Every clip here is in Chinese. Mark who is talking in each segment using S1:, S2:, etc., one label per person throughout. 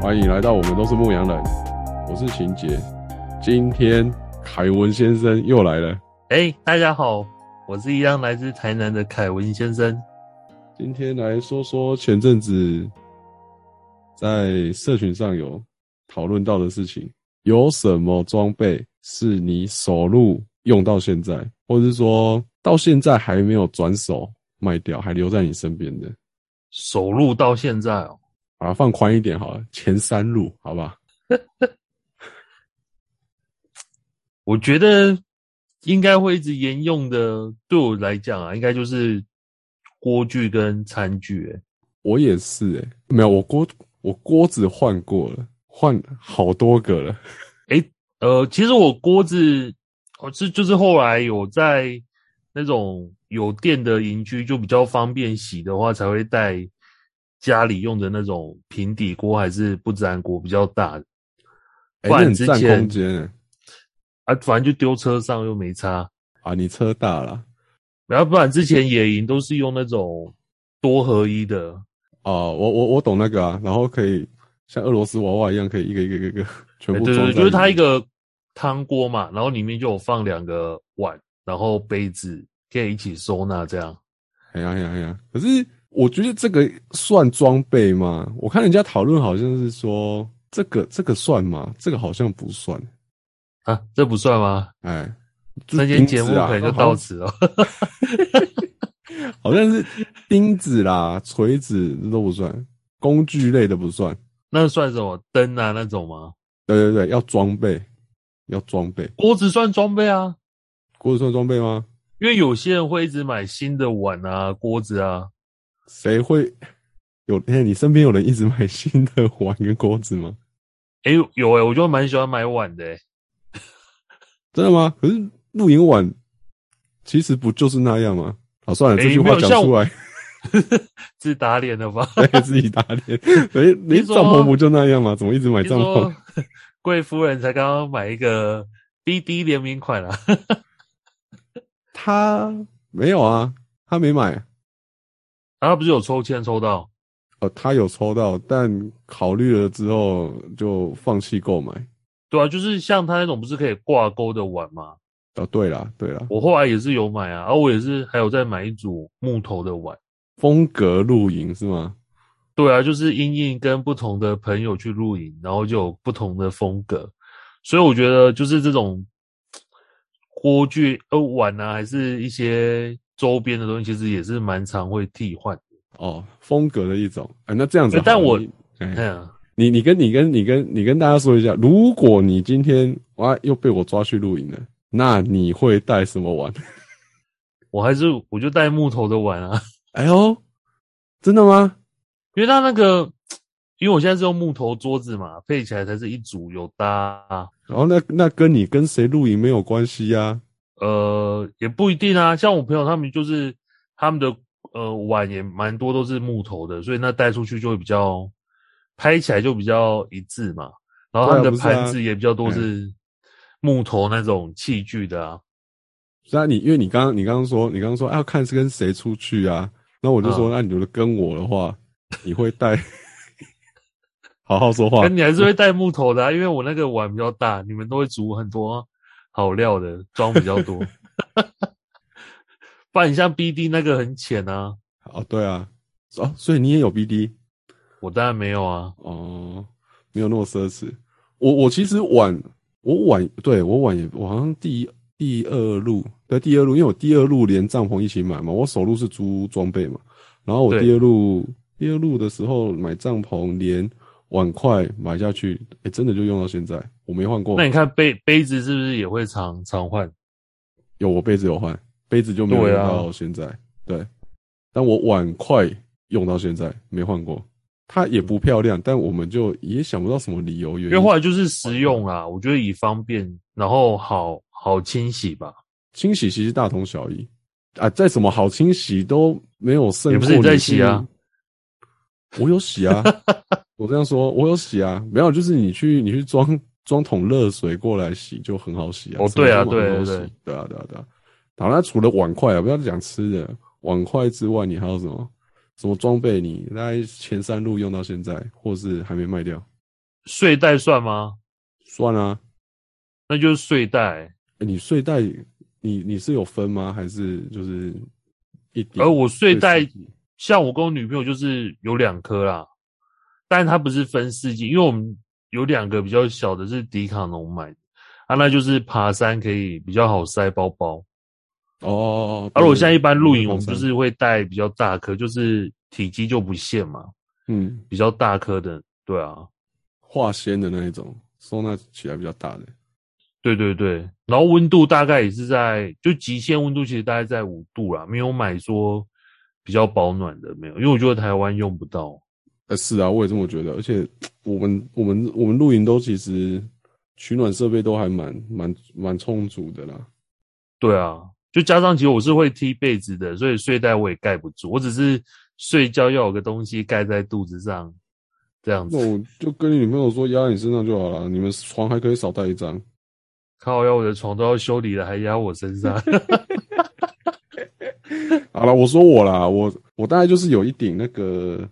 S1: 欢迎来到我们都是牧羊人，我是秦杰。今天凯文先生又来了，
S2: 哎、大家好，我是一样来自台南的凯文先生。
S1: 今天来说说前阵子在社群上有讨论到的事情，有什么装备是你首入用到现在，或者是说到现在还没有转手卖掉，还留在你身边的？
S2: 首入到现在哦，
S1: 啊，放宽一点好了，前三路，好吧？
S2: 我觉得应该会一直沿用的。对我来讲啊，应该就是锅具跟餐具、哎
S1: 我也是、欸，没有，我锅我锅子换过了，换好多个了。
S2: 呃，其实我锅子，我是就是后来有在那种有电的营区，就比较方便洗的话，才会带家里用的那种平底锅还是不粘锅比较大的。
S1: 哎、
S2: 不
S1: 那
S2: 然
S1: 很
S2: 之
S1: 占空
S2: 前
S1: 间、欸、
S2: 啊，反正就丢车上又没差。
S1: 啊！你车大了
S2: 然后不然之前野营都是用那种多合一的，
S1: 哦，我我我懂那个啊，然后可以像俄罗斯娃娃一样，可以一个一个一个一个全
S2: 对
S1: 部
S2: 哎对
S1: 装在里面。
S2: 对，就是它一个汤锅嘛，然后里面就有放两个碗，然后杯子可以一起收纳这样。
S1: 哎呀哎呀哎呀！可是我觉得这个算装备吗？我看人家讨论好像是说这个这个算吗？这个好像不算。
S2: 啊，这不算吗？
S1: 哎，就
S2: 今
S1: 是
S2: 天
S1: 钉
S2: 节目
S1: 子啊
S2: 可能就
S1: 好像
S2: 到此了。
S1: 好像是钉子啦、锤子这都不算，工具类的不算。
S2: 那算什么灯啊那种吗？
S1: 对对对，要装备，要装备。
S2: 锅子算装备啊，
S1: 锅子算装备吗？
S2: 因为有些人会一直买新的碗啊、锅子啊。
S1: 谁会有？哎、你身边有人一直买新的碗跟锅子吗？
S2: 诶，有诶、我就蛮喜欢买碗的、诶
S1: 真的吗？可是露营碗其实不就是那样吗？好，算了，
S2: 哎
S1: 这句话
S2: 没有
S1: 讲
S2: 像
S1: 出来，
S2: 自打脸了吧？
S1: 对自己打脸。 哎，你
S2: 说
S1: 帐篷不就那样吗？怎么一直买
S2: 听
S1: 帐篷
S2: 说？ 贵夫人才刚刚买一个 BD 联名款啊，
S1: 他没有啊，他没买。
S2: 然后不是有抽签抽到，
S1: 呃，他有抽到，但考虑了之后就放弃购买。
S2: 对啊，就是像他那种不是可以挂钩的碗嘛，
S1: 哦，对啦，对啦，
S2: 我后来也是有买啊，啊，我也是还有再买一组木头的碗，
S1: 风格露营是吗？
S2: 对啊，就是因应跟不同的朋友去露营，然后就有不同的风格，所以我觉得就是这种锅具呃碗啊，还是一些周边的东西，其实也是蛮常会替换的，
S1: 哦，风格的一种。哎、那这样子好了，
S2: 但我
S1: 你哎
S2: 嗯。
S1: 你你跟你跟你跟你跟大家说一下，如果你今天哇又被我抓去露营了，那你会带什么碗？
S2: 我还是我就带木头的碗啊，
S1: 哎呦，真的吗？
S2: 因为它那个，因为我现在是用木头桌子嘛，配起来才是一组有搭啊，
S1: 然后哦那那跟你跟谁露营没有关系啊呀、
S2: 呃，也不一定啊。像我朋友他们就是他们的呃碗也蛮多都是木头的，所以那带出去就会比较拍起来就比较一致嘛。然后他们
S1: 对啊
S2: 的
S1: 不是啊
S2: 盘子也比较多是木头那种器具的啊。
S1: 那你因为你刚刚你刚刚说你刚刚说啊要看是跟谁出去啊，那我就说、那你觉得跟我的话，你会带？ 好好说话
S2: 但，你还是会带木头的、啊，因为我那个碗比较大，你们都会煮很多好料的，装比较多。 不然你像 BD 那个很浅啊，
S1: 哦，对啊，哦，所以你也有 BD
S2: 我当然没有啊。
S1: 哦，没有那么奢侈。我我其实晚，我晚，对我晚也，我好像第第二路，对第二路，因为我第二路连帐篷一起买嘛，我首路是租装备嘛，然后我
S2: 对
S1: 第二路第二路的时候买帐篷连碗筷买下去，哎，真的就用到现在，我没换过
S2: 那，你看杯杯子是不是也会常常换？
S1: 有我杯子有换，杯子就没有
S2: 对
S1: 用
S2: 啊
S1: 到现在，对，但我碗筷用到现在没换过。它也不漂亮，但我们就也想不到什么理由原
S2: 因
S1: 因。
S2: 为后来就是实用啦，我觉得以方便，然后好好清洗吧。
S1: 清洗其实大同小异啊，再怎么好清洗都没有胜过。
S2: 也不是你在洗啊，
S1: 我有洗 啊，我这样说，我有洗啊，没有就是你去你去装 装桶热水过来洗就很好洗啊。
S2: 哦对
S1: 什
S2: 啊
S1: 么都很好洗
S2: 对对对
S1: 对啊对啊对啊。好，那除了碗筷啊，不要讲吃的，碗筷之外，你还有什么什么装备你？大概前三路用到现在，或是还没卖掉？
S2: 睡袋算吗？
S1: 算啊。
S2: 那就是睡袋，
S1: 欸你睡袋，你你是有分吗？还是就是一点？
S2: 而我睡袋
S1: 对四季
S2: 像我跟我女朋友就是有两颗啦，但它不是分四季，因为我们有两个比较小的是迪卡侬买的，啊，那就是爬山可以比较好塞包包。啊
S1: 哦哦哦。
S2: 而、
S1: 对
S2: 我现在一般露营，我们就，
S1: 对对
S2: 是会带比较大颗，就是体积就不限嘛，
S1: 嗯，
S2: 比较大颗的，对啊，
S1: 化纤的那一种，收纳起来比较大的。
S2: 对对对，然后温度大概也是在，就极限温度其实大概在五度啦，没有买说比较保暖的没有，因为我觉得台湾用不到。
S1: 呃，是啊，我也这么觉得。而且我们我们我们露营都其实取暖设备都还蛮蛮蛮充足的啦。
S2: 对啊，就加上其实我是会踢被子的，所以睡袋我也盖不住，我只是睡觉要有个东西盖在肚子上，这样
S1: 那
S2: 子。
S1: 我就跟你女朋友说压在你身上就好了，你们床还可以少带一张。
S2: 靠，要我的床都要修理了，还压我 身上。
S1: 好了，我说我啦，我我大概就是有一顶那个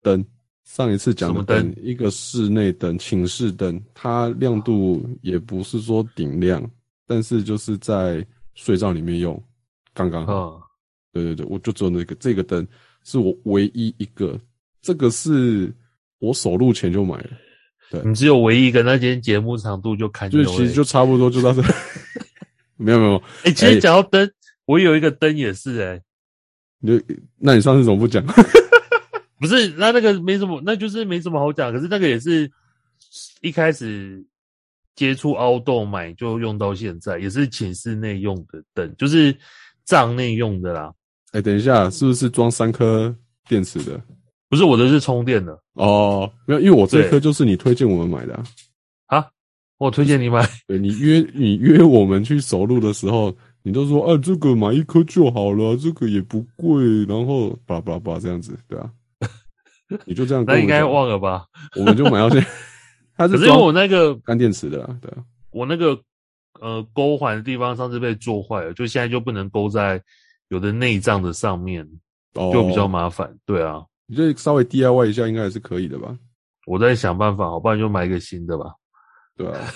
S1: 灯，上一次讲的
S2: 什
S1: 灯
S2: 么，
S1: 一个室内灯、寝室灯，它亮度也不是说顶亮，但是就是在睡觉里面用，刚刚好。
S2: 嗯，
S1: 对对对，我就只有那个这个灯是我唯一一个，这个是我首录前就买了，
S2: 你只有唯一一个，那今天节目长度就堪忧
S1: 就
S2: 了。
S1: 是其实就差不多就到这。 没有没有，
S2: 哎、其实
S1: 哎
S2: 讲到灯，我有一个灯也是哎、
S1: 你就那你上次怎么不讲？
S2: 不是，那那个没什么，那就是没什么好讲。可是那个也是一开始接触凹洞买就用到现在，也是寝室内用的灯，就是帐内用的啦。
S1: 哎、等一下，是不是装三颗电池的？
S2: 不是我的是充电的
S1: 哦，没有，因为我这
S2: 对
S1: 颗就是你推荐我们买的、啊。
S2: 啊，我推荐你买。
S1: 对你约你约我们去熟路的时候，你都说啊，这个买一颗就好了，这个也不贵，然后巴拉巴拉巴拉这样子，对 啊，你就这样跟
S2: 那
S1: 我
S2: 应该
S1: 讲
S2: 忘了吧？
S1: 我们就买到现 在，它
S2: 可
S1: 是
S2: 是因为
S1: 装
S2: 我那个
S1: 干电池的啦，对啊，
S2: 我那个呃勾环的地方上次被做坏了，就现在就不能勾在有的内脏的上面，
S1: 哦，
S2: 就比较，麻烦。对啊，
S1: 你就稍微 DIY 一下，应该还是可以的吧？
S2: 我在想办法，好，不然就买一个新的吧。
S1: 对 啊，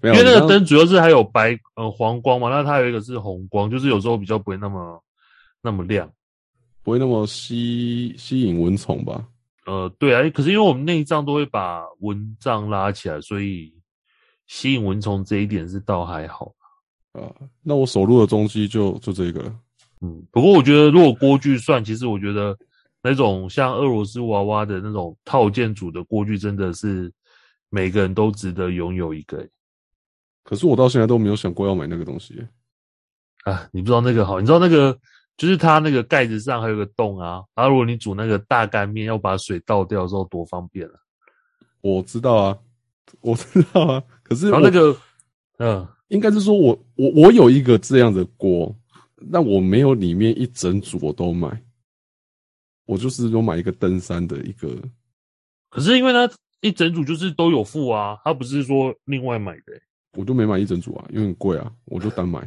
S1: 没
S2: 因
S1: 有
S2: 为那
S1: 你
S2: 个
S1: 刚
S2: 灯主要是还有白呃黄光嘛，那它有一个是红光，就是有时候比较不会那么那么亮。
S1: 不会那么吸吸引蚊虫吧？
S2: 呃，对啊，可是因为我们内脏都会把蚊帐拉起来，所以吸引蚊虫这一点是倒还好。
S1: 啊，那我手录的东西就就这个了。
S2: 嗯，不过我觉得如果锅具算，其实我觉得那种像俄罗斯娃娃的那种套件组的锅具，真的是每个人都值得拥有一个、欸
S1: 可是我到现在都没有想过要买那个东西耶。
S2: 啊，你不知道那个好，你知道那个就是它那个盖子上还有个洞啊，然后如果你煮那个大干面，要把水倒掉的时候多方便啊。
S1: 我知道啊，我知道啊。可是
S2: 然
S1: 我
S2: 后那个，嗯，
S1: 应该是说我我我有一个这样的锅，但我没有里面一整组我都买，我就是有买一个登山的一个。
S2: 可是因为它一整组就是都有附啊，它不是说另外买的欸、
S1: 我就没买一整组啊，因为很贵啊，我就单买，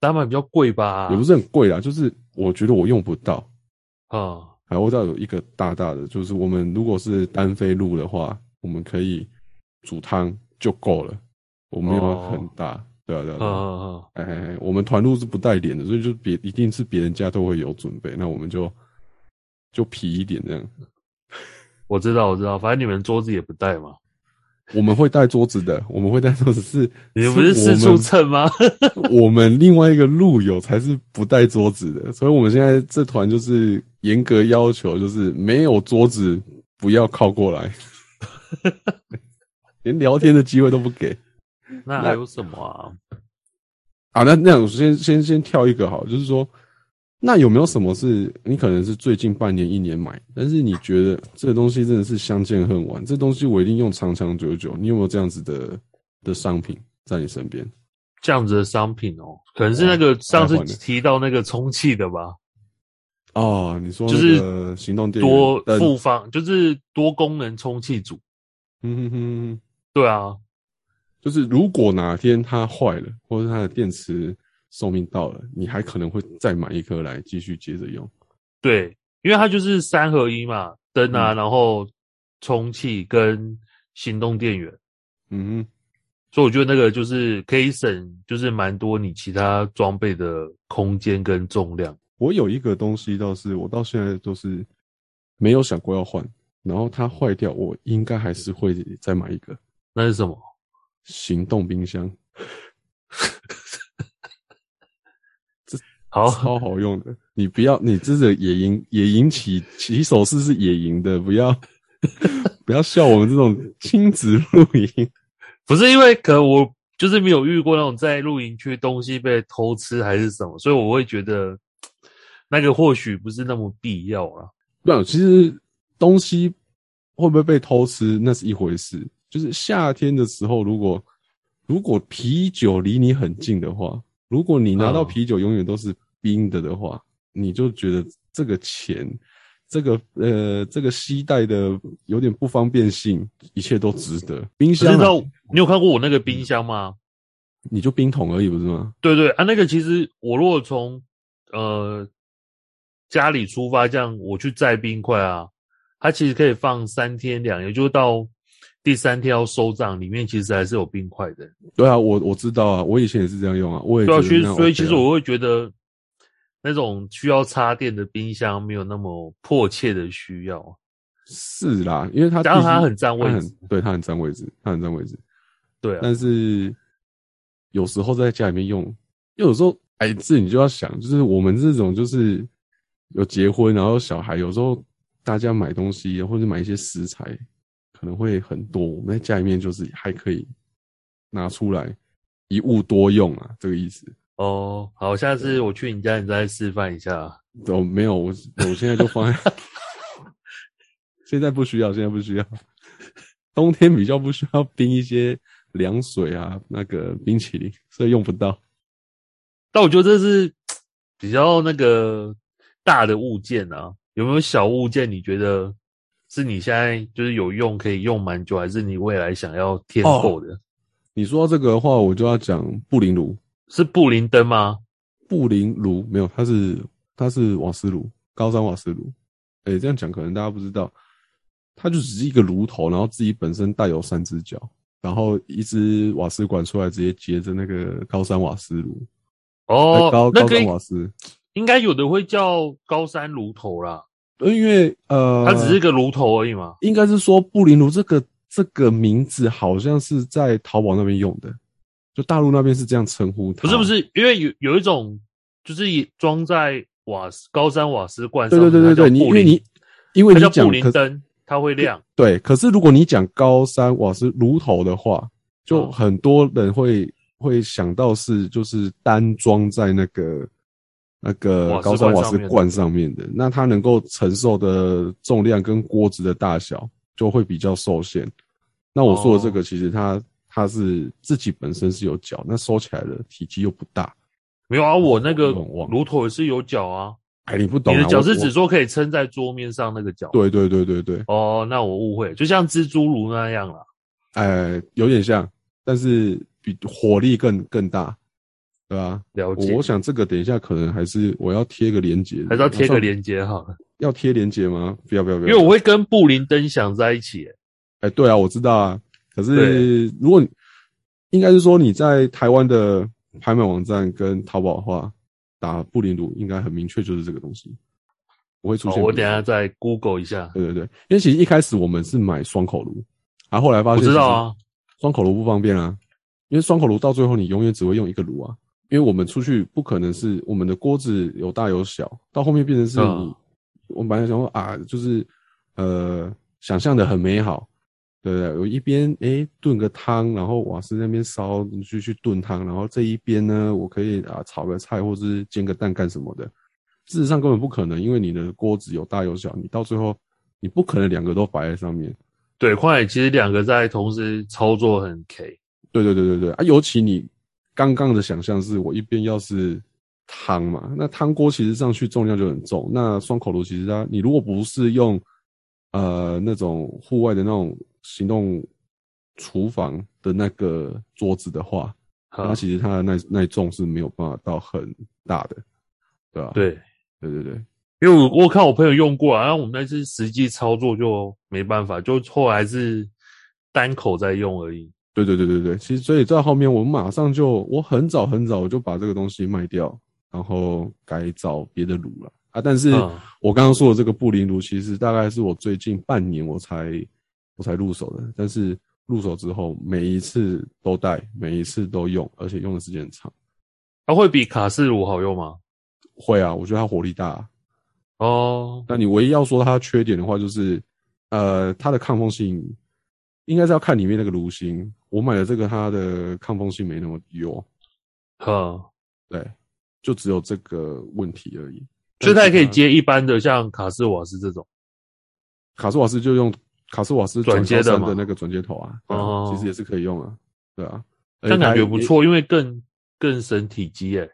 S2: 单欸买比较贵吧？
S1: 也不
S2: 是
S1: 是很贵啦，就是我觉得我用不到，
S2: 啊，
S1: 还会再有一个大大的，就是我们如果是单飞路的话，我们可以煮汤就够了，我没有
S2: 哦
S1: 很大，对啊对啊，对啊
S2: 嗯嗯嗯，
S1: 哎哎，哎我们团路是不带脸的，所以就别一定是别人家都会有准备，那我们就就皮一点这样。
S2: 我知道我知道，反正你们桌子也不带嘛，
S1: 我们会带桌子的，我们会带桌子 是，
S2: 你们不是四处蹭吗？
S1: 我们我们另外一个路友才是不带桌子的，所以我们现在这团就是严格要求，就是没有桌子不要靠过 来，连聊天的机会都不给。
S2: 那还有什么啊？
S1: 啊，那那样我先先先跳一个好了，就是说，那有没有什么是你可能是最近半年一年买，但是你觉得这个东西真的是相见恨晚，这东西我一定用长长久久？你有没有这样子的的商品在你身边？
S2: 这样子的商品哦，可能是那个上次
S1: 太缓了
S2: 提到那个充气的吧，
S1: 哦，你说
S2: 就是
S1: 那个行动电源
S2: 多
S1: 灯
S2: 复方就是多功能充气组。
S1: 嗯哼哼哼，
S2: 对啊，
S1: 就是如果哪天它坏了，或者它的电池寿命到了，你还可能会再买一颗来继续接着用。嗯
S2: 对，因为它就是三合一嘛，灯啊，然后充气跟行动电源，
S1: 嗯
S2: 所以我觉得那个就是可以省，就是蛮多你其他装备的空间跟重量。
S1: 哼，我有一个东西倒是我到现在都是没有想过要换，然后它坏掉，我应该还是会再买一个
S2: 那是什么？
S1: 行动冰箱，
S2: 好，
S1: 超好用的。你不要，你这是野营，野营起起手式是野营的，不要 不要笑我们这种亲子露营。
S2: 不是因为可能我就是没有遇过那种在露营区东西被偷吃还是什么，所以我会觉得那个或许不是那么必要啊啦。
S1: 没有，其实东西会不会被偷吃那是一回事。就是夏天的时候，如果如果啤酒离你很近的话，如果你拿到
S2: 嗯
S1: 啤酒永远都是冰的的话，你就觉得这个钱，这个呃这个携带的有点不方便性，一切都值得。冰
S2: 你
S1: 箱、
S2: 知道
S1: 啊、
S2: 你有看过我那个冰箱吗？
S1: 你就冰桶而已，不是吗？
S2: 对对啊，那个其实我如果从呃家里出发，这样我去载冰块啊，它其实可以放三天两夜，就到第三天要收账，里面其实还是有冰块的。
S1: 对啊，我我知道啊，我以前也是这样用啊，我也
S2: 对啊，
S1: 觉
S2: 其
S1: 得
S2: 实
S1: 那样
S2: 所以
S1: OK 啊
S2: 其实我会觉得那种需要插电的冰箱没有那么迫切的需要，
S1: 是啦，因为它
S2: 当然
S1: 毕竟
S2: 它很占位
S1: 它很
S2: 置，
S1: 对，它很占位置，它很占位置。
S2: 对啊，
S1: 但是有时候在家里面用，因为有时候哎，这你就要想，就是我们这种就是有结婚然后有小孩，有时候大家买东西或者买一些食材可能会很多，我们在家里面就是还可以拿出来一物多用啊，这个意思。
S2: 哦，好，下次我去你家，你再示范一下。
S1: 我哦没有，我我现在就放在， 现在不需要，现在不需要。冬天比较不需要冰一些凉水啊，那个冰淇淋，所以用不到。
S2: 但我觉得这是比较那个大的物件啊，有没有小物件？你觉得是你现在就是有用可以用蛮久，还是你未来想要添
S1: 哦
S2: 购的？
S1: 你说到这个的话，我就要讲布林炉。
S2: 是布林灯吗？
S1: 布林炉没有，它是它是瓦斯炉，高山瓦斯炉。诶、这样讲可能大家不知道，它就只是一个炉头，然后自己本身带有三只脚，然后一只瓦斯管出来，直接接着那个高山瓦斯炉，
S2: 哦
S1: 呃，高
S2: 那
S1: 高
S2: 个
S1: 山瓦斯。
S2: 应该有的会叫高山炉头啦，
S1: 呃因为呃，
S2: 它只是一个炉头而已嘛。
S1: 应该是说布林炉这个这个名字好像是在淘宝那边用的，就大陆那边是这样称呼它。
S2: 不是不，是，因为有有一种就是也装在瓦斯高山瓦斯罐
S1: 对
S2: 上
S1: 对对
S2: 面，
S1: 对对，
S2: 它
S1: 你
S2: 叫
S1: 因
S2: 布
S1: 为
S2: 林，
S1: 你因为你
S2: 它叫
S1: 讲
S2: 布林
S1: 可
S2: 灯，它会亮。
S1: 对，可是如果你讲高山瓦斯炉头的话，就
S2: 嗯
S1: 很多人会、会想到是就是单装在那个那个
S2: 瓦斯
S1: 高
S2: 罐
S1: 山瓦
S2: 上
S1: 斯
S2: 面的
S1: 罐上面的，那它能够承受的重量跟锅子的大小就会比较受限。那我说的这
S2: 哦
S1: 个，其实它、它是自己本身是有脚，那收起来了体积又不大。
S2: 没有啊，我那
S1: 我
S2: 个
S1: 有点忘了
S2: 炉头也是有脚啊。
S1: 哎，你不懂、
S2: 你
S1: 啊，
S2: 的脚
S1: 我
S2: 是
S1: 我
S2: 指说可以撑在桌面上那个脚？。
S1: 对对对对对，
S2: 哦，那我误会，就像蜘蛛炉那样啦。
S1: 呃，有点像，但是比火力更更大，对吧、
S2: 了解
S1: 我，我想这个等一下可能还是我要贴个连接，
S2: 还是要贴个
S1: 上
S2: 连接好了，
S1: 要贴连接吗？不要不要不
S2: 因
S1: 要，
S2: 为我会跟布林灯想在一起。欸
S1: 哎、对啊，我知道啊。可是如果你应该是说你在台湾的拍卖网站跟淘宝的话，打布林炉应该很明确就是这个东西，不会出
S2: 好，
S1: 现布林炉。
S2: 哦我等一下再 Google 一下。
S1: 对对对，因为其实一开始我们是买双口炉，然、后后来发
S2: 我
S1: 现
S2: 知
S1: 其
S2: 道
S1: 实
S2: 啊，
S1: 双口炉不方便啊，因为双口炉到最后你永远只会用一个炉啊，因为我们出去不可能是我们的锅子有大有小，到后面变成是你，
S2: 嗯
S1: 我本来想说啊，就是呃想象的很美好，对不对？我一边诶炖个汤，然后瓦斯那边烧，你去去炖汤，然后这一边呢，我可以啊炒个菜或是煎个蛋干什么的，事实上根本不可能，因为你的锅子有大有小，你到最后你不可能两个都摆在上面。
S2: 对，快点，其实两个在同时操作很 K。
S1: 对对对对对啊！尤其你刚刚的想象是我一边要是汤嘛，那汤锅其实上去重量就很重。那双口炉其实它，你如果不是用呃那种户外的那种行动厨房的那个桌子的话，
S2: 好
S1: 那其实它的耐耐重是没有办法到很大的，对吧、
S2: 对，
S1: 对对对，
S2: 因为我我看我朋友用过啊，然后我们那次实际操作就没办法，就后来是单口在用而已。
S1: 对对对对对，其实所以在后面我马上就，我很早很早我就把这个东西卖掉，然后改找别的炉了啊。但是
S2: 嗯
S1: 我刚刚说的这个布林炉，其实大概是我最近半年我才我才入手的，但是入手之后每一次都带，每一次都用，而且用的时间很长。
S2: 它会比卡式炉好用吗？
S1: 会啊，我觉得它火力大啊、
S2: 哦，
S1: 那你唯一要说它缺点的话，就是呃，它的抗风性应该是要看里面那个炉芯。我买的这个，它的抗风性没那么优，
S2: 嗯，
S1: 对，就只有这个问题而已。
S2: 所以它也可以
S1: 但是
S2: 接一般的，像卡式瓦斯这种。
S1: 卡斯瓦斯，就用卡斯瓦斯
S2: 转接的
S1: 转高山
S2: 嘛
S1: 的那个转接头啊，对啊
S2: 哦
S1: 其实也是可以用啊，对啊，
S2: 但感觉不
S1: 错。
S2: 错，因为更更省体积诶。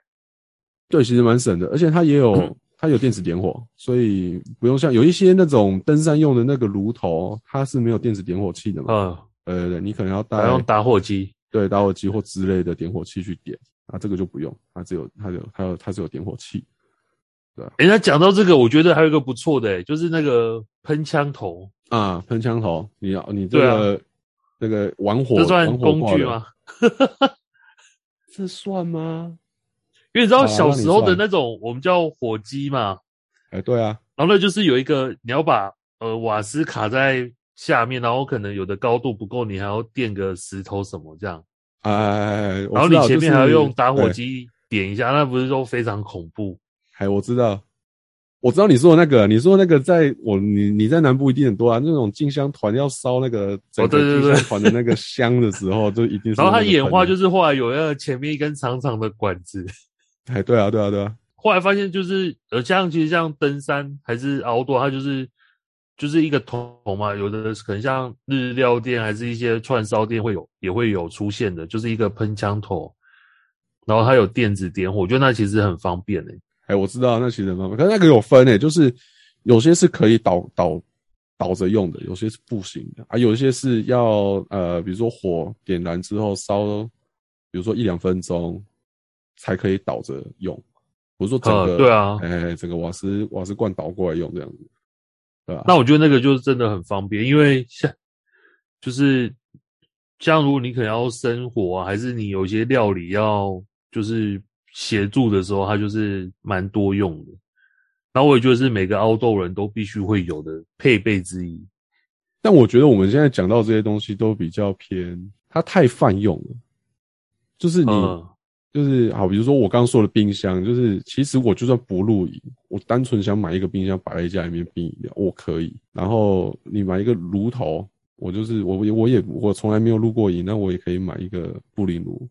S1: 对，其实蛮省的，而且它也有、
S2: 嗯
S1: 它有电子点火，所以不用像有一些那种登山用的那个炉头，它是没有电子点火器的嘛。
S2: 嗯，
S1: 对对对，你可能要带
S2: 还用打火机。
S1: 对打火机或之类的点火器去点啊，这个就不用，它只有它有它有它只有点火器。
S2: 诶，那讲到这个，我觉得还有一个不错的、诶，就是那个喷枪头，
S1: 啊，喷枪头，你要你这个、
S2: 对啊
S1: 这个玩火
S2: 这算
S1: 玩火
S2: 工
S1: 挂
S2: 具
S1: 的？
S2: 吗？
S1: 这算吗？
S2: 因为你知道
S1: 好啊
S2: 小
S1: 那你
S2: 时候的
S1: 算
S2: 那种我们叫火机嘛，
S1: 哎，对啊，
S2: 然后那就是有一个你要把呃瓦斯卡在下面，然后可能有的高度不够，你还要垫个石头什么这样，
S1: 哎，我
S2: 然
S1: 知
S2: 后你
S1: 道
S2: 前面还要
S1: 就是
S2: 用打火
S1: 对
S2: 机点一下，那不是都非常恐怖？
S1: 哎，我知道，我知道你说的那个，你说那个在我你你在南部一定很多啊，那种进香团要烧那个整
S2: 哦
S1: 个
S2: 对对
S1: 进
S2: 对
S1: 香团的那个香的时候，就一定是
S2: 然后它
S1: 那个
S2: 演化
S1: 喷
S2: 就是后来有那个前面一根长长的管子，
S1: 哎，对啊，对啊，对啊，
S2: 后来发现就是呃，像其实像登山还是凹多，它就是就是一个桶嘛，有的可能像日料店还是一些串烧店会有也会有出现的，就是一个喷枪头，然后它有电子点火，我觉得那其实很方便欸诶、
S1: 哎，我知道那其实很方便，可是那个有分诶、欸就是有些是可以倒倒倒着用的，有些是不行的啊，有一些是要呃，比如说火点燃之后烧，比如说一两分钟才可以倒着用，不是说整
S2: 呃
S1: 个
S2: 对啊
S1: 哎，整个瓦斯瓦斯罐倒过来用这样子，对吧、
S2: 那我觉得那个就是真的很方便，因为像就是像如果你可能要生火啊，还是你有一些料理要就是协助的时候，它就是蛮多用的。然后我也觉得是每个凹豆人都必须会有的配备之一。
S1: 但我觉得我们现在讲到这些东西都比较偏，它太泛用了。就是你，
S2: 嗯，
S1: 就是好，比如说我刚说的冰箱，就是其实我就算不露营，我单纯想买一个冰箱摆在家里面冰饮料，我可以。然后你买一个炉头，我就是我我也我从来没有露过营，那我也可以买一个布林炉，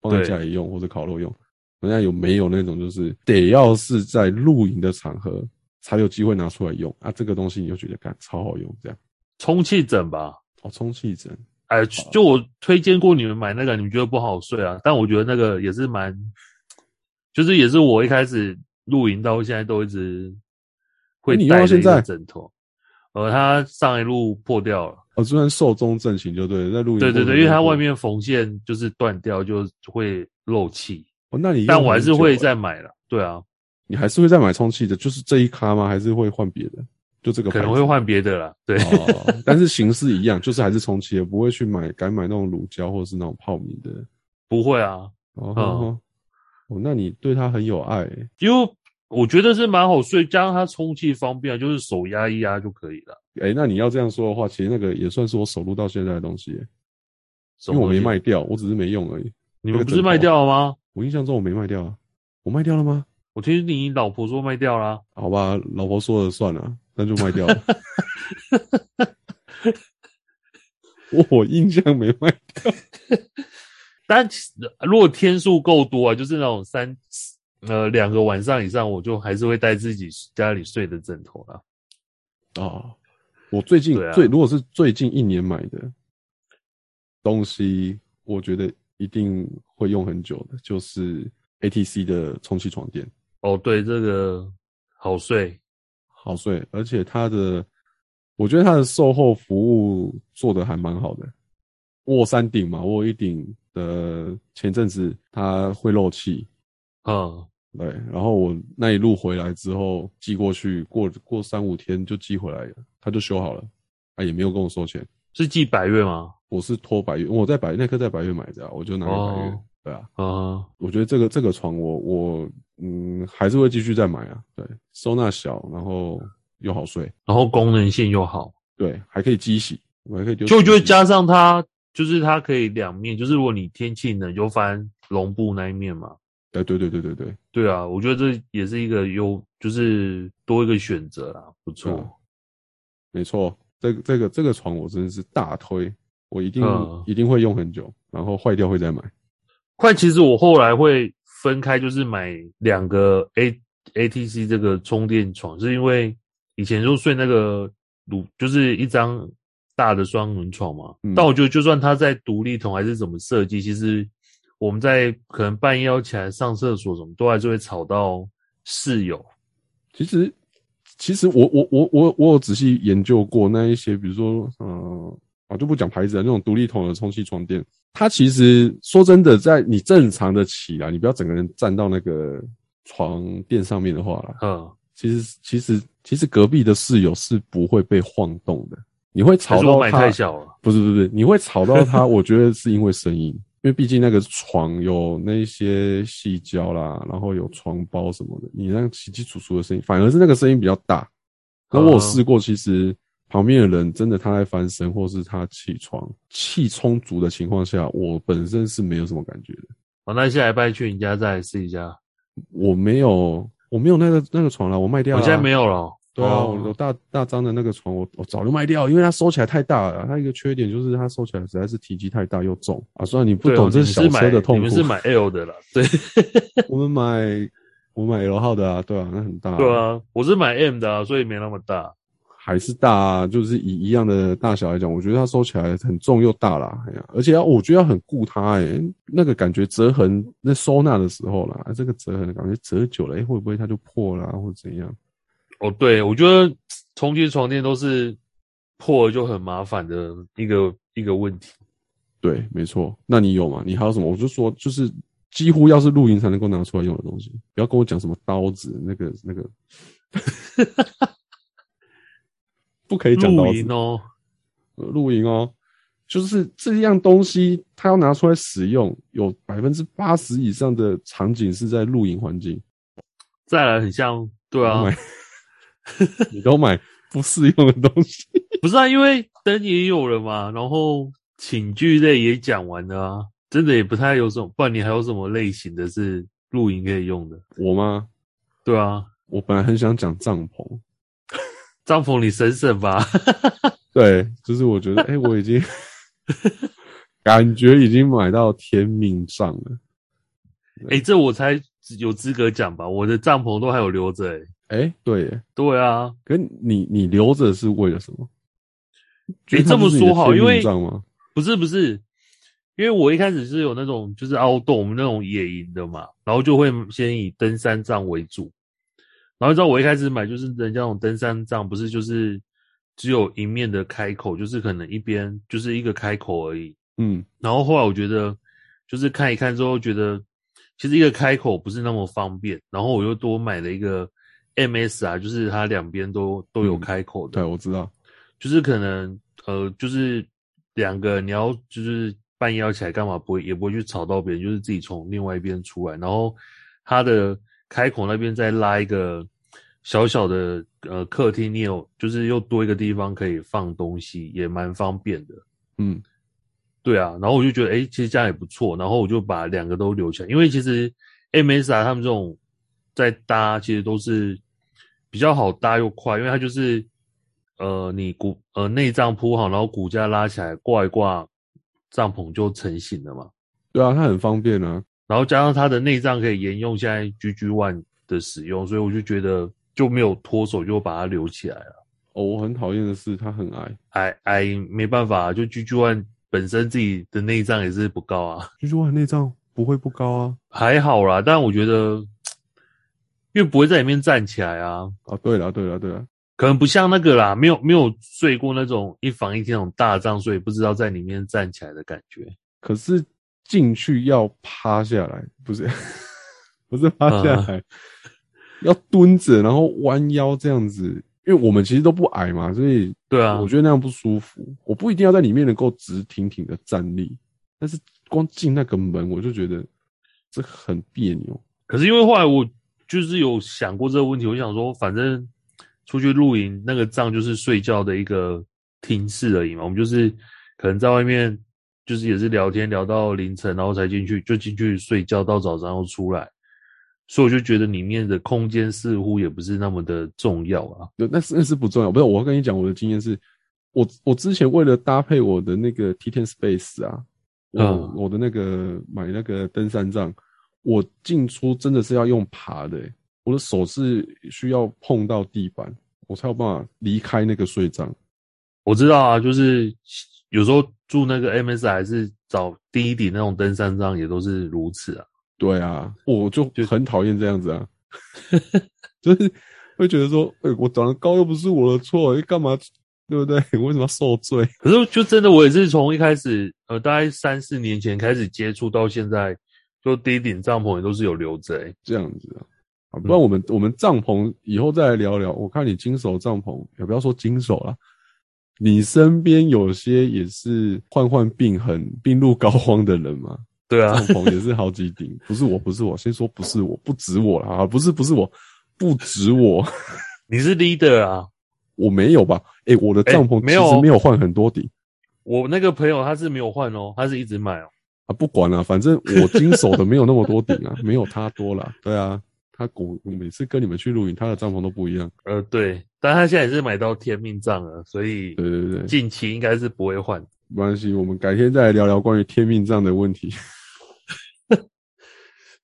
S1: 放在
S2: 对
S1: 家里用或者烤肉用。人家有没有那种就是得要是在露营的场合才有机会拿出来用啊？这个东西你就觉得干超好用这样。
S2: 充气枕吧，
S1: 哦，充气枕，
S2: 哎，就我推荐过你们买那个，你们觉得不好睡啊？但我觉得那个也是蛮，就是也是我一开始露营到现在都一直会
S1: 哎你用
S2: 带
S1: 到
S2: 的
S1: 现
S2: 一
S1: 在
S2: 个枕头。呃，它上一路破掉了，
S1: 哦，就算寿终正寝就对了，在露营
S2: 对对
S1: 过程
S2: 对，因为
S1: 中
S2: 它
S1: 就
S2: 外面缝线就是断掉，就会漏气。
S1: 哦，那你
S2: 但
S1: 用
S2: 我还
S1: 很
S2: 是
S1: 久
S2: 会
S1: 欸
S2: 再买了，对啊，
S1: 你还是会再买充气的，就是这一咖吗？还是会换别的？就这个
S2: 可能
S1: 牌
S2: 会
S1: 子
S2: 换别的啦，对，
S1: 哦，但是形式一样，就是还是充气的，不会去买改买那种乳胶或者是那种泡米的。
S2: 不会啊，
S1: 哦，
S2: 嗯
S1: 哦哦那你对它很有爱欸、
S2: 因为我觉得是蛮好睡，加上它充气方便，啊就是手压一压就可以了。
S1: 哎、那你要这样说的话，其实那个也算是我手录到现在的东西欸、
S2: 什
S1: 因为
S2: 么
S1: 我
S2: 东
S1: 没
S2: 西，
S1: 卖掉，我只是没用而已。那
S2: 你们
S1: 个
S2: 不是
S1: 枕头
S2: 卖掉了吗？
S1: 我印象中我没卖掉啊，我卖掉了吗？
S2: 我听你老婆说卖掉啦，
S1: 好吧，老婆说了算了，那就卖掉 了。我印象没卖
S2: 但其实如果天数够多啊，就是那种三呃两个晚上以上，我就还是会带自己家里睡的枕头啦。
S1: 哦，我最近
S2: 对啊
S1: 最如果是最近一年买的东西，我觉得一定会用很久的，就是 ATC 的充气床垫，
S2: 哦，对，这个好睡，
S1: 好睡，而且它的我觉得它的售后服务做的还蛮好的。我有三顶嘛，我有一顶的前阵子它会漏气，
S2: 嗯，
S1: 对，然后我那一路回来之后寄过去，过过三五天就寄回来了，他就修好了，啊也没有跟我收钱，
S2: 是寄百越吗？
S1: 我是托百越，我在百那颗在百越买的、啊，我就拿给百越，
S2: 哦
S1: 对啊，
S2: 啊，
S1: 我觉得这个这个床我我嗯还是会继续再买啊，对，收纳小，然后又好睡，
S2: 然后功能性又好，
S1: 对，还可以机洗，我还可以丢，
S2: 就我觉得加上它，就是它可以两面，就是如果你天气冷就翻绒布那一面嘛。
S1: 哎对对对对对，
S2: 对啊，我觉得这也是一个优，就是多一个选择啦，不错。
S1: 嗯没错，这个这个这个床我真的是大推，我一定、
S2: 嗯
S1: 一定会用很久，然后坏掉会再买，
S2: 快，其实我后来会分开，就是买两个 A A T C 这个充电床，是因为以前就睡那个独，就是一张大的双人床嘛。
S1: 嗯
S2: 但我觉得，就算它在独立筒还是怎么设计，其实我们在可能半夜要起来上厕所，什么都还是会吵到室友。
S1: 其实，其实我我我我我有仔细研究过那一些，比如说，呃，啊就不讲牌子了，那种独立筒的充气床垫，它其实说真的，在你正常的起来，你不要整个人站到那个床垫上面的话啦，
S2: 嗯，
S1: 其实其实其实隔壁的室友是不会被晃动的，你会
S2: 还
S1: 吵
S2: 是我
S1: 到
S2: 买
S1: 他
S2: 太，小了。
S1: 不是不是不是，你会吵到他，我觉得是因为声音，因为毕竟那个床有那些细胶啦，然后有床包什么的，你让起起楚楚的声音，反而是那个声音比较大。那我有试过，其实旁边的人真的他在翻身，或是他起床气充足的情况下，我本身是没有什么感觉的，
S2: 好，哦那下礼拜去你家再来试一下。
S1: 我没有我没有那个那个床了，我卖掉
S2: 我
S1: 了。
S2: 现在没。有了。
S1: 啊对啊，
S2: 哦
S1: 我我大大张的那个床，我我早就卖掉，因为它收起来太大了。它一个缺点就是它收起来实在是体积太大又重啊。虽然你不
S2: 对哦
S1: 懂这
S2: 你
S1: 小
S2: 是买
S1: 车的痛
S2: 你
S1: 苦，
S2: 们是买 L 的啦，对
S1: 我们买我买 L 号的啊，对啊，那很大、
S2: 对，啊，我是买 M 的啊，所以没那么大。
S1: 还是大、啊，就是以一样的大小来讲，我觉得它收起来很重又大啦。哎呀，而且要我觉得要很顾它、欸，那个感觉折痕那收纳的时候啦，啊这个折痕的感觉折久了，哎、会不会它就破啦，或者怎样？
S2: 哦，对，我觉得重叠床垫都是破了就很麻烦的一个一个问题。
S1: 对，没错。那你有吗？你还有什么？我就说，就是几乎要是露营才能够拿出来用的东西，不要跟我讲什么刀子，那个那 个，不可以讲
S2: 露
S1: 刀子
S2: 营。哦，
S1: 呃露营哦，就是这样东西，它要拿出来使用，有百分之八十以上的场景是在露营环境。
S2: 再来很像，对 啊，
S1: 买你都买不适用的东西。
S2: 不是啊，因为灯也有了嘛，然后寝具类也讲完了啊，真的也不太有什么，不然你还有什么类型的是露营可以用的？
S1: 我吗？
S2: 对啊，
S1: 我本来很想讲帐篷，
S2: 帐篷你省省吧。
S1: 对，就是我觉得，哎、我已经感觉已经买到天命帐了。
S2: 哎、这我才有资格讲吧，我的帐篷都还有留着、欸。
S1: 哎、对耶，
S2: 对啊，
S1: 可你你留着是为了什么？就是它
S2: 这么
S1: 就是你的
S2: 说好
S1: 天
S2: 因为
S1: 命帐吗？
S2: 不是不是，因为我一开始是有那种就是凹洞，我们那种野营的嘛，然后就会先以登山杖为主，然后你知道我一开始买就是人家那种登山杖，不是就是只有一面的开口，就是可能一边就是一个开口而已。
S1: 嗯，
S2: 然后后来我觉得就是看一看之后觉得其实一个开口不是那么方便，然后我又多买了一个 MS 啊，就是它两边都都有
S1: 嗯
S2: 开口的。
S1: 对，我知道。
S2: 就是可能呃，就是两个你要就是半夜要起来干嘛，不会也不会去吵到别人，就是自己从另外一边出来，然后它的开口那边再拉一个小小的呃客厅，你有就是又多一个地方可以放东西，也蛮方便的。
S1: 嗯，
S2: 对啊，然后我就觉得，诶，其实这样也不错。然后我就把两个都留起来，因为其实 MSR 他们这种在搭，其实都是比较好搭又快，因为它就是呃，你骨呃内脏铺好，然后骨架拉起来挂一挂，帐篷就成型了嘛。
S1: 对啊，它很方便啊。
S2: 然后加上它的内脏可以沿用现在 GG One 的使用，所以我就觉得就没有脱手就把它留起来了。
S1: 哦，我很讨厌的是它很矮。
S2: 哎哎，没办法，就 GG One 本身自己的内脏也是不高啊。
S1: 就是我内脏不会不高啊。
S2: 还好啦，但我觉得，因为不会在里面站起来啊，
S1: 啊，对了，对了，对了，
S2: 可能不像那个啦，没有没有睡过那种一房一厅那种大帐，所以不知道在里面站起来的感觉。
S1: 可是进去要趴下来，不是？ 不是趴下来，要蹲着，然后弯腰这样子，因为我们其实都不矮嘛，所以
S2: 对啊
S1: 我，觉得那样不舒服。我不一定要在里面能够直挺挺的站立，但是光进那个门，我就觉得这很别扭。
S2: 可是因为后来我就是有想过这个问题，我想说，反正出去露营那个帐就是睡觉的一个厅室而已嘛，我们就是可能在外面就是也是聊天聊到凌晨，然后才进去，就进去睡觉到早上又出来，所以我就觉得里面的空间似乎也不是那么的重要啊。
S1: 对，那是那是不重要。不是，我要跟你讲，我的经验是，我我之前为了搭配我的那个 T Ten Space 啊，我、
S2: 嗯
S1: 我的那个买那个登山杖，我进出真的是要用爬的欸、我的手是需要碰到地板，我才有办法离开那个睡帐。
S2: 我知道啊，就是有时候住那个 MS 还是找低一顶那种登山杖也都是如此啊。
S1: 对啊，我就
S2: 就
S1: 很讨厌这样子啊， 就是会觉得说，哎、我长得高又不是我的错，你干嘛，对不对？ 我为什么要受罪？
S2: 可是就真的，我也是从一开始，呃，大概三四年前开始接触到现在，就第一顶帐篷也都是有留着、欸。
S1: 这样子啊。啊
S2: 嗯
S1: 不然我们、我们帐篷以后再来聊聊。我看你经手帐篷，也不要说经手啦，你身边有些也是患患病很病入膏肓的人嘛，
S2: 对啊
S1: 帐，篷也是好几顶。不是我，不是我，先说不是我，不止我啦，啊不是不是我，不止我，
S2: 你是 leader 啊，
S1: 我没有吧？诶、我的
S2: 诶
S1: 帐篷其
S2: 没有
S1: 实
S2: 哦
S1: 没有换很多顶、
S2: 我那个朋友他是没有换哦，他是一直买哦。
S1: 啊，不管了，反正我经手的没有那么 多顶啊，没有他多啦。对啊，他我我每次跟你们去露营，他的帐篷都不一样。
S2: 呃，对，但他现在也是买到天命帐了，所以
S1: 对对对。
S2: 近期应该是不会换。
S1: 没关系，我们改天再来聊聊关于天命这样的问题。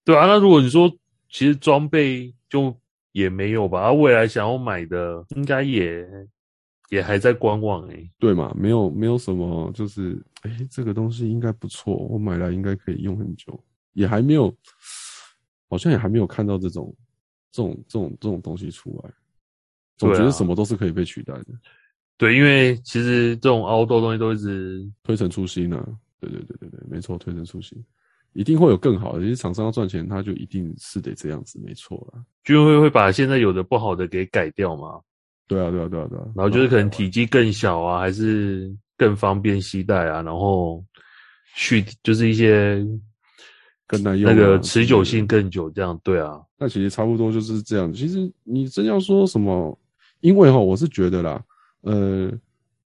S2: 对啊，那如果你说其实装备就也没有吧，啊、未来想要买的应该也也还在观望诶、欸
S1: 对嘛？没有没有什么，就是哎、诶这个东西应该不错，我买来应该可以用很久，也还没有，好像也还没有看到这种这种这种这种东西出来。总觉
S2: 对
S1: 得
S2: 啊
S1: 什么都是可以被取代的，
S2: 对，因为其实这种凹豆东西都一直
S1: 推陈出新啊！对对对对对，没错，推陈出新，一定会有更好的。其实厂商要赚钱，他就一定是得这样子，没错啦。
S2: 军会会把现在有的不好的给改掉嘛，
S1: 对啊，对啊，对啊，对啊。
S2: 然后就是可能体积更小啊，还是更方便携带啊，然后续就是一些
S1: 更耐用啊
S2: 那个持久性更久，这样对啊，
S1: 那其实差不多就是这样。其实你真要说什么，因为哈，我是觉得啦，呃，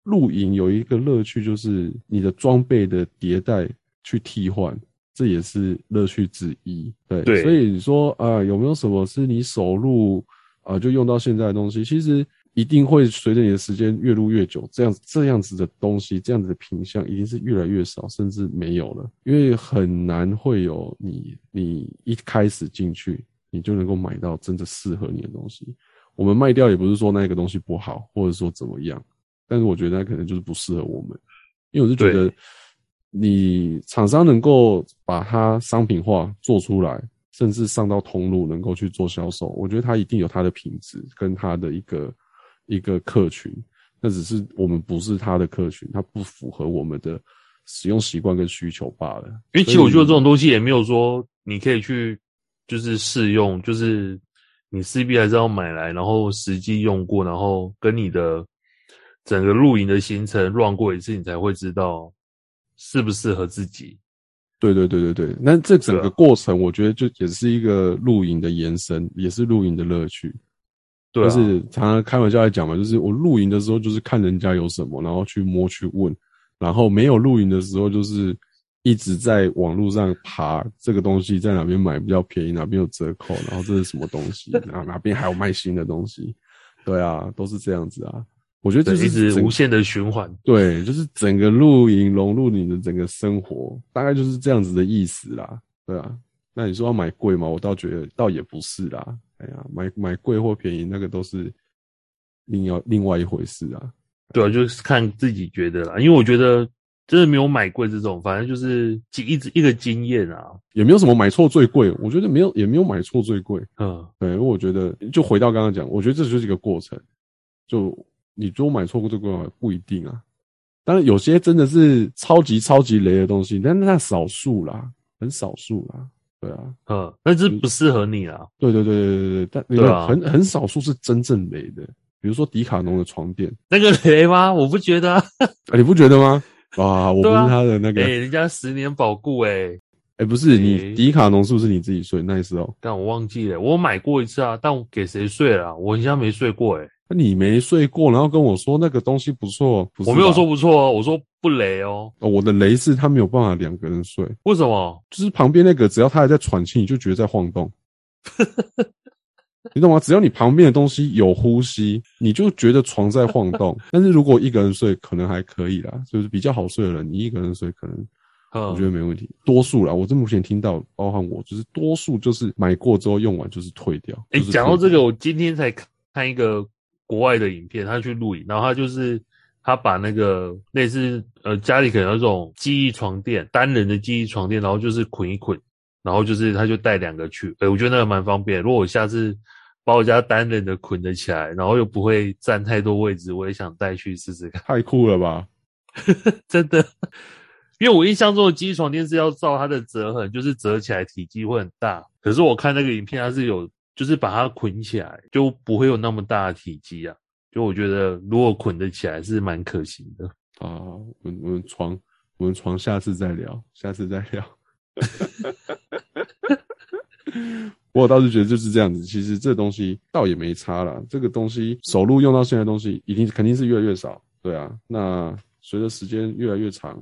S1: 露营有一个乐趣就是你的装备的迭代去替换，这也是乐趣之一。对，
S2: 对
S1: 所以你说啊、有没有什么是你首露啊、就用到现在的东西？其实一定会随着你的时间越录越久，这样这样子的东西，这样子的品相一定是越来越少，甚至没有了，因为很难会有你你一开始进去你就能够买到真的适合你的东西。我们卖掉也不是说那个东西不好，或者说怎么样，但是我觉得那可能就是不适合我们，因为我是觉得
S2: 对
S1: 你厂商能够把它商品化做出来，甚至上到通路能够去做销售，我觉得它一定有它的品质跟它的一个一个客群，那只是我们不是它的客群，它不符合我们的使用习惯跟需求罢了。
S2: 因为其实我觉得这种东西也没有说你可以去就是试用，就是你势必还是要买来，然后实际用过，然后跟你的整个露营的行程乱过一次，你才会知道适不适合自己。
S1: 对对对对对，那这整
S2: 对
S1: 个
S2: 啊
S1: 过程，我觉得就也是一个露营的延伸，也是露营的乐趣。
S2: 对、啊，
S1: 就是常常开玩笑在讲嘛，就是我露营的时候就是看人家有什么，然后去摸去问，然后没有露营的时候就是一直在网络上爬这个东西在哪边买比较便宜，哪边有折扣，然后这是什么东西，然后哪边还有卖新的东西，对啊，都是这样子啊。我觉得
S2: 对，
S1: 这
S2: 一
S1: 是
S2: 直
S1: 整
S2: 无限的循环。
S1: 对，就是整个露营融入你的整个生活，大概就是这样子的意思啦。对啊，那你说要买贵吗？我倒觉得倒也不是啦。哎呀，买买贵或便宜那个都是另要另外一回事啊。
S2: 对啊，就是看自己觉得啦，因为我觉得真的没有买贵这种，反正就是经一直一个经验啊，
S1: 也没有什么买错最贵，我觉得没有也没有买错最贵。
S2: 嗯，
S1: 对，因为我觉得就回到刚刚讲，我觉得这就是一个过程。就你说买错过这个过程不一定啊，当然有些真的是超级超级雷的东西，但是那少数啦，很少数啦。对啊，
S2: 嗯，但是不适合你啊。
S1: 对对对对对对，但你
S2: 对
S1: 看
S2: 啊
S1: 很很少数是真正雷的，比如说迪卡侬的床垫，
S2: 那个雷吗？我不觉得、啊。
S1: 啊，你不觉得吗？啊，我不
S2: 对
S1: 是
S2: 啊
S1: 他的那个，
S2: 哎、
S1: 哎、
S2: 人家十年保固哎、
S1: 不是你
S2: 哎
S1: 迪卡侬是不是你自己睡那时候？
S2: 但我忘记了，我买过一次啊，但我给谁睡了啊、我好像没睡过哎、
S1: 那啊你没睡过，然后跟我说那个东西不错，不是
S2: 我没有
S1: 吧
S2: 说、不错哦，我说不雷哦。
S1: 哦我的雷是他没有办法两个人睡，
S2: 为什么？
S1: 就是旁边那个只要他还在喘气，你就觉得在晃 动，你懂吗？只要你旁边的东西有呼吸，你就觉得床在晃 动。但是如果一个人睡，可能还可以啦，就是比较好睡的人，你一个人睡可能我觉
S2: 嗯，
S1: 得没问题。多数啦，我这目前听到，包含我，就是多数就是买过之后用完就是退掉。
S2: 哎、
S1: 就是退
S2: 讲到
S1: 掉
S2: 这个，我今天才看一个国外的影片，他去露营，然后他就是他把那个类似呃家里可能有这种记忆床垫，单人的记忆床垫，然后就是捆一捆，然后就是他就带两个去，哎、我觉得那个蛮方便。如果我下次把我家单人的捆得起来，然后又不会占太多位置，我也想带去试试看。
S1: 太酷了吧？
S2: 真的，因为我印象中的记忆床垫是要照它的折痕，就是折起来体积会很大。可是我看那个影片，它是有就是把它捆起来，就不会有那么大的体积啊。就我觉得如果捆得起来是蛮可行的。
S1: 啊，我们我们床我们床下次再聊，下次再聊。 我倒是觉得就是这样子，其实这东西倒也没差啦。这个东西手路用到现在的东西，一定肯定是越来越少，对啊。那随着时间越来越长，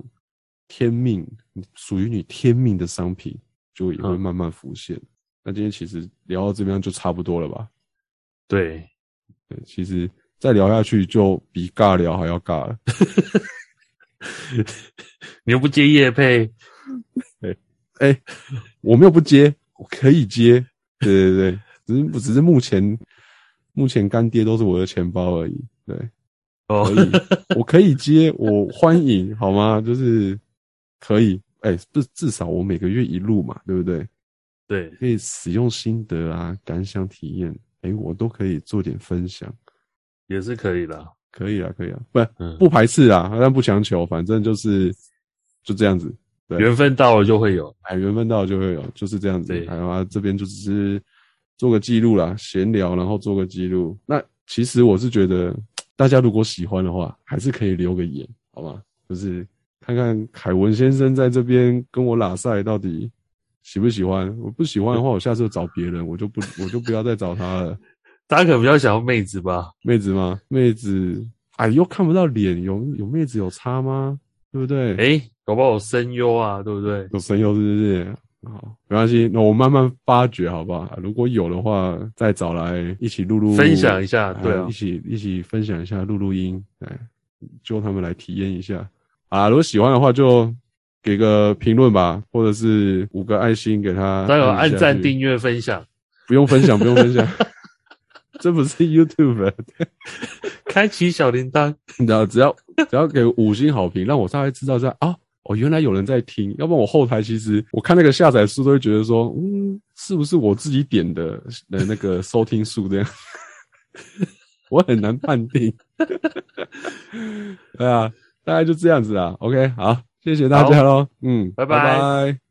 S1: 天命属于你天命的商品，就也会
S2: 嗯
S1: 慢慢浮现。那今天其实聊到这边就差不多了吧？
S2: 对，
S1: 对，其实再聊下去就比尬聊还要尬了。
S2: 你又不接叶配，
S1: 哎、我没有不接，我可以接。对对 对，只是只是目前目前干爹都是我的钱包而已。对，
S2: 哦
S1: 可以，我可以接，我欢迎，好吗？就是可以。哎、不，至少我每个月一录嘛，对不对？
S2: 对，
S1: 可以使用心得啊、感想、体验，哎、我都可以做点分享。
S2: 也是可以的。
S1: 可以啊，可以啊，不
S2: 嗯，
S1: 不排斥啊，但不强求，反正就是就这样子。对
S2: 缘分到了就会有。
S1: 哎，缘分到就会有，就是这样子
S2: 对。
S1: 还有啊，这边就只是做个记录啦，闲聊，然后做个记录。那其实我是觉得，大家如果喜欢的话，还是可以留个言，好吗？就是看看凯文先生在这边跟我拉赛到底喜不喜欢。我不喜欢的话，我下次就找别人，我就不，我就不要再找他了。
S2: 大家可能比较想要妹子吧？
S1: 妹子吗？妹子，哎，又看不到脸，有有妹子有差吗？对不对？
S2: 哎、搞不好有声优啊，对不对？
S1: 有神游是不是？好，没关系，那我慢慢发掘，好不好？如果有的话，再找来一起录录，
S2: 分享一下，
S1: 哎
S2: 对啊
S1: 一，起一起分享一下，录录音，哎，就他们来体验一下啊。如果喜欢的话，就给个评论吧，或者是五个爱心给他，
S2: 大家有按
S1: 下
S2: 赞、
S1: 去
S2: 订阅、分享，
S1: 不用分享，不用分享， 这不是 YouTube，的
S2: 开启小铃铛。
S1: 你知道，只要只要给五星好评，让我大概知道在啊，哦，原来有人在听，要不然我后台其实我看那个下载数都会觉得说，嗯，是不是我自己点的的那个收听数这样， 我很难判定。对啊，大概就这样子啊。OK，好，谢谢大家喽，嗯，
S2: 拜
S1: 拜
S2: 拜
S1: 拜